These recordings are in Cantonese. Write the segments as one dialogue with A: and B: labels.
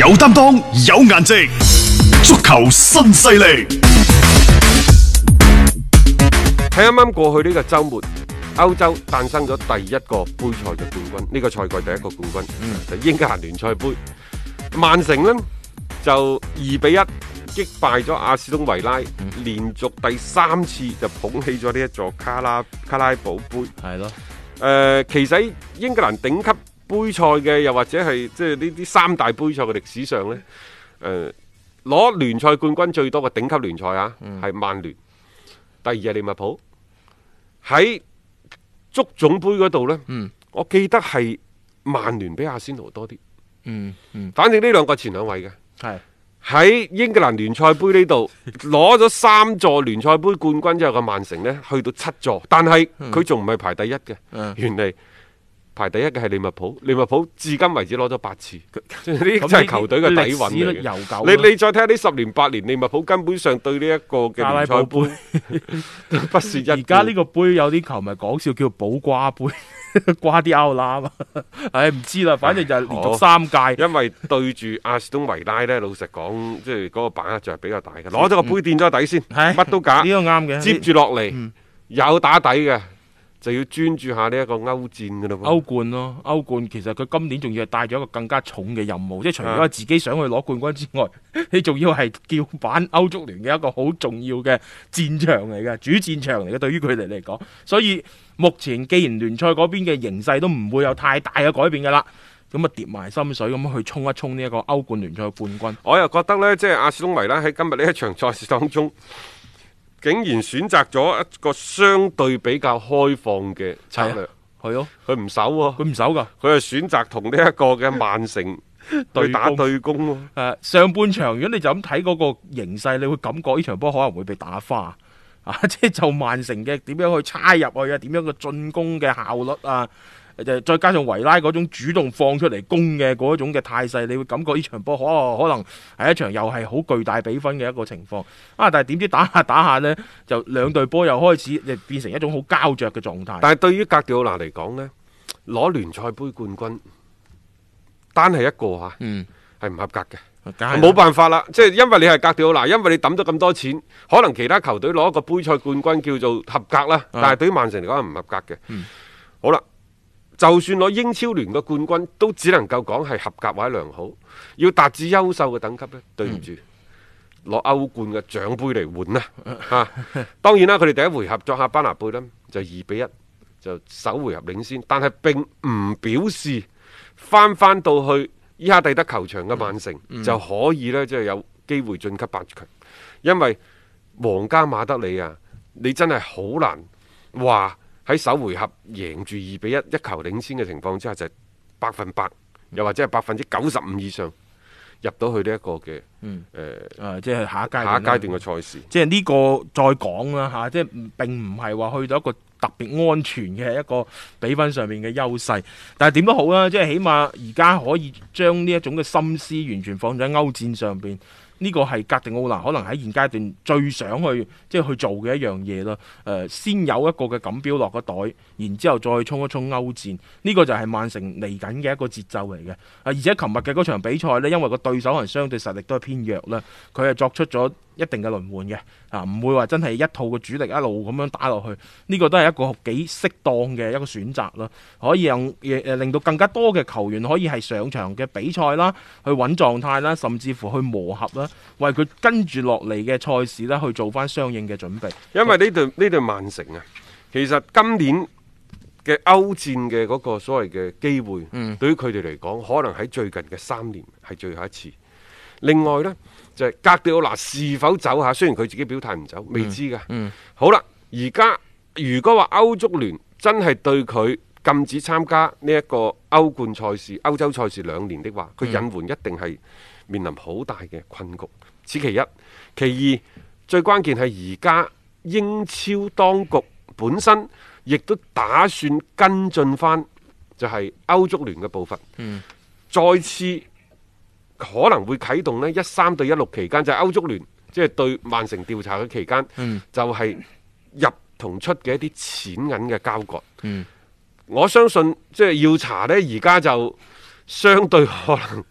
A: 有擔當，有顏值，足球新勢力。
B: 喺啱啱過去呢個周末，歐洲誕生咗第一個杯賽嘅冠軍，呢、個賽季第一個冠軍，就英格蘭聯賽杯。曼城呢，就二比一擊敗咗阿士東維拉，連續第三次就捧起咗呢一座卡拉卡拉寶杯。
C: 係咯，
B: 誒、其實喺英格蘭頂級杯賽嘅，又或者係即係呢啲三大杯賽嘅歷史上呢，誒、攞聯賽冠軍最多嘅頂級聯賽啊，係曼聯，第二係利物浦。喺足總杯嗰度呢，我記得係曼聯比阿仙奴多啲。
C: 嗯嗯，
B: 反正呢兩個前兩位嘅。
C: 係
B: 喺英格蘭聯賽杯呢 度攞咗三座聯賽杯冠軍之後嘅曼城呢，去到七座，但係佢仲唔係排第一嘅，
C: 嗯
B: 原嚟排第一嘅係利物浦，利物浦至今為止攞咗八次，即係 呢啲就
C: 咁
B: 係球隊嘅底
C: 呢啲
B: 蘊
C: 歷史
B: 嚟
C: 悠久啊
B: 嘅。你你再睇下呢十年八年，利物浦根本上對呢一個嘅
C: 加
B: 聯
C: 拉
B: 賽
C: 寶
B: 杯
C: 杯，
B: 不屑一顧
C: 而家呢個杯有啲球迷講笑叫寶瓜杯， 瓜啲歐啦嘛， 唉唔知啦，反正就係連
B: 哦
C: 續三 屆，
B: 因為對住阿士東維拉呢，老實講，即係嗰個把握就係比較大嘅，攞咗個杯墊咗底先，
C: 唉
B: 乜都假
C: 呢。個啱嘅，
B: 啊 接
C: 接
B: 住落嚟有打底嘅，就要專注下呢一個歐戰噶啦
C: 歐
B: 喎。
C: 冠咯，歐冠其實佢今年仲要係帶咗一個更加重嘅任務，即係除咗
B: 啊
C: 係自己想去攞冠軍之外， 你仲要係叫板歐足聯嘅一個好重要嘅戰場嚟嘅，主戰場嚟嘅，對於佢哋嚟講，所以目前既然聯賽嗰邊嘅形勢都唔會有太大嘅改變㗎啦，咁啊疊埋心水咁去衝一衝呢一個歐冠聯賽嘅冠軍。
B: 我又覺得呢，即係阿斯東維拉喺今日呢一場賽事當中， 竟然選擇咗一個相對比較開放嘅策略，
C: 係咯，
B: 佢唔守喎，
C: 佢唔守噶。
B: 佢係選擇同呢一個嘅曼 城對打
C: 攻
B: 對攻喎。
C: 誒、呃上半場如果你就咁睇嗰個形勢，你會感覺呢場波可能會被打花 啊！即係就曼城嘅點樣去插入去啊，點樣嘅進攻嘅效率啊，誒再加上維拉嗰種主動放出嚟攻嘅嗰一種嘅態勢，你會感覺呢場波可可能係一場又係好巨大比分嘅一個情況啊！但係點知打下 打下呢，就兩隊波又開始誒變成一種好膠着嘅狀態。
B: 但係對於格迪奧拿嚟講呢，攞聯賽杯冠軍單係一個嚇，
C: 嗯，
B: 係唔合格嘅。
C: 啊梗係
B: 冇辦法啦，即係因為你係格調嗱，因為你抌咗咁多錢，可能其他球隊攞一個杯賽冠軍叫做合格啦，
C: 啊
B: 但係對於曼城嚟講係唔合格嘅。
C: 嗯
B: 好啦，就算攞英超聯嘅冠軍，都只能夠講係合格或者良好，要達至優秀嘅等級呢，對唔住。
C: 嗯
B: 攞歐冠嘅獎杯嚟換啦， 嚇、當然啦，佢哋第一回合作下班拿貝啦，就二比一就首回合領先，但係並唔表示翻翻到去伊哈蒂德球場嘅曼城、
C: 嗯
B: 就可以呢，即、係、有機會晉級八強，因為皇家馬德里啊，你真係好難話喺首回合贏住二比一一球領先嘅情況之下，就係百分百，又或者係百分之九十五以上入到去呢一個嘅誒。
C: 誒，啊即係下一
B: 下一
C: 階段啦
B: 階段嘅賽事。
C: 即係呢個再講啦嚇，即係唔並唔係話去到一個特別安全嘅一個比分上面嘅優勢，但係點都好啦，即係起碼而家可以將呢一種嘅心思完全放咗喺歐戰上邊。呢個係格定奧拿可能喺現階段最想去即係去做嘅一樣嘢啦。誒、先有一個嘅錦標落個袋，然之後再衝一衝歐戰，呢、個就係曼城嚟緊嘅一個節奏嚟嘅。啊，而且琴日嘅嗰場比賽呢，因為個對手可能相對實力都係偏弱啦，佢係作出咗一定嘅輪換嘅，啊，唔會話真係一套嘅主力一路咁樣打落去。呢、個都係一個幾適當嘅一個選擇啦，可以讓誒令到更加多嘅球員可以係上場嘅比賽啦，去揾狀態啦，甚至乎去磨合啦，為佢跟住落嚟嘅賽事啦去做翻相應嘅準備。
B: 因為呢隊呢隊曼城啊，其實今年嘅歐戰嘅嗰個所謂嘅機會，對於佢哋嚟講，可能喺最近嘅三年係最後一次。另外呢，就係、格迪奧拿是否走下，雖然佢自己表態唔走，未知㗎。好啦，而家如果話歐足聯真係對佢禁止參加呢一個歐冠賽事、歐洲賽事兩年的話，佢引援一定係面臨好大嘅困局。此其一，其二最關鍵係而家英超當局本身亦都打算跟進翻，就係歐足聯嘅步伐。再次可能會啟動呢一三對一六期間，就係、歐足聯即係對曼城調查嘅期間，就係入同出嘅一啲錢銀嘅交割。我相信即係要查呢，而家就相對可能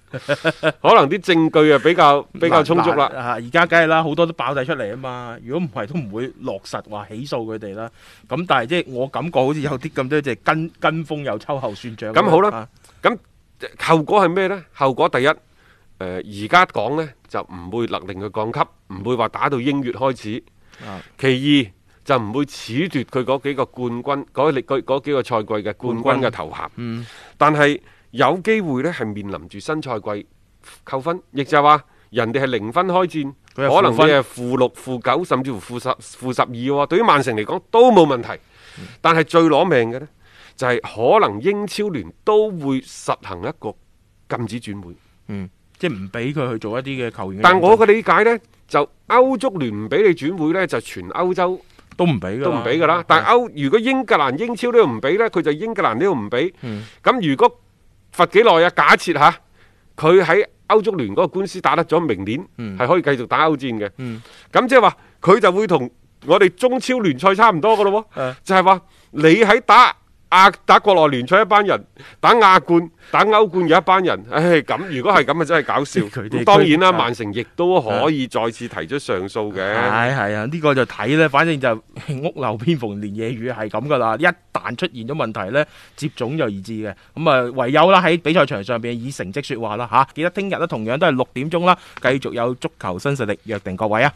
B: 可能啲證據啊比較比較充足啦
C: 嗱。嗱而家梗係啦，好多都爆晒出嚟啊嘛。如果唔係，都唔會落實話起訴佢哋啦。咁但係即係我感覺好似有啲咁多隻跟跟風又秋後算賬。
B: 咁好啦
C: 啊，
B: 咁後果係咩呢？後果第一，誒呃而家講呢，就唔會勒令佢降級，唔會話打到英乙開始。
C: 啊
B: 其二就唔會褫奪佢嗰幾個冠軍嗰歷嗰嗰幾個賽季嘅冠
C: 冠軍
B: 軍嘅頭銜。
C: 嗯
B: 但係有機會呢，係面臨住新賽季扣分，亦就係話人哋係零分開戰，
C: 佢係
B: 可能
C: 負分
B: 你係負六、負九，甚至乎負十、負十二喎。對於曼城嚟講都冇問題，
C: 嗯
B: 但係最攞命嘅呢，就係、可能英超聯都會實行一個禁止轉會。
C: 嗯，即係唔俾佢去做一啲嘅球員嘅
B: 但
C: 用途。
B: 我嘅理解呢，就歐足聯唔俾你轉會呢，就全歐洲。
C: 都唔俾㗎啦，
B: 都唔俾㗎啦。但係歐如果英格蘭英超呢度唔俾呢，佢就英格蘭呢度唔俾。咁、
C: 嗯
B: 如果罰幾耐啊？假設嚇佢喺歐足聯嗰個官司打得咗，明年係、
C: 嗯
B: 可以繼續打歐戰嘅。咁、
C: 嗯
B: 即係話佢就會同我哋中超聯賽差唔多㗎咯喎。
C: 誒
B: 就係話你喺打。亞打國內聯賽一班人，打亞冠、打歐冠有一班人，唉咁如果係咁啊，真係搞笑。
C: 佢哋
B: 咁當然啦，
C: 佢
B: 曼城亦都可以再次提出上訴嘅。
C: 係係啊，呢、個就睇咧，反正就屋漏偏逢連夜雨係咁噶啦。一旦出現咗問題咧，接踵就而至嘅。咁啊，唯有啦喺比賽場上邊以成績説話啦嚇、記得聽日咧同樣都係六點鐘啦，繼續有足球新勢力約定各位啊。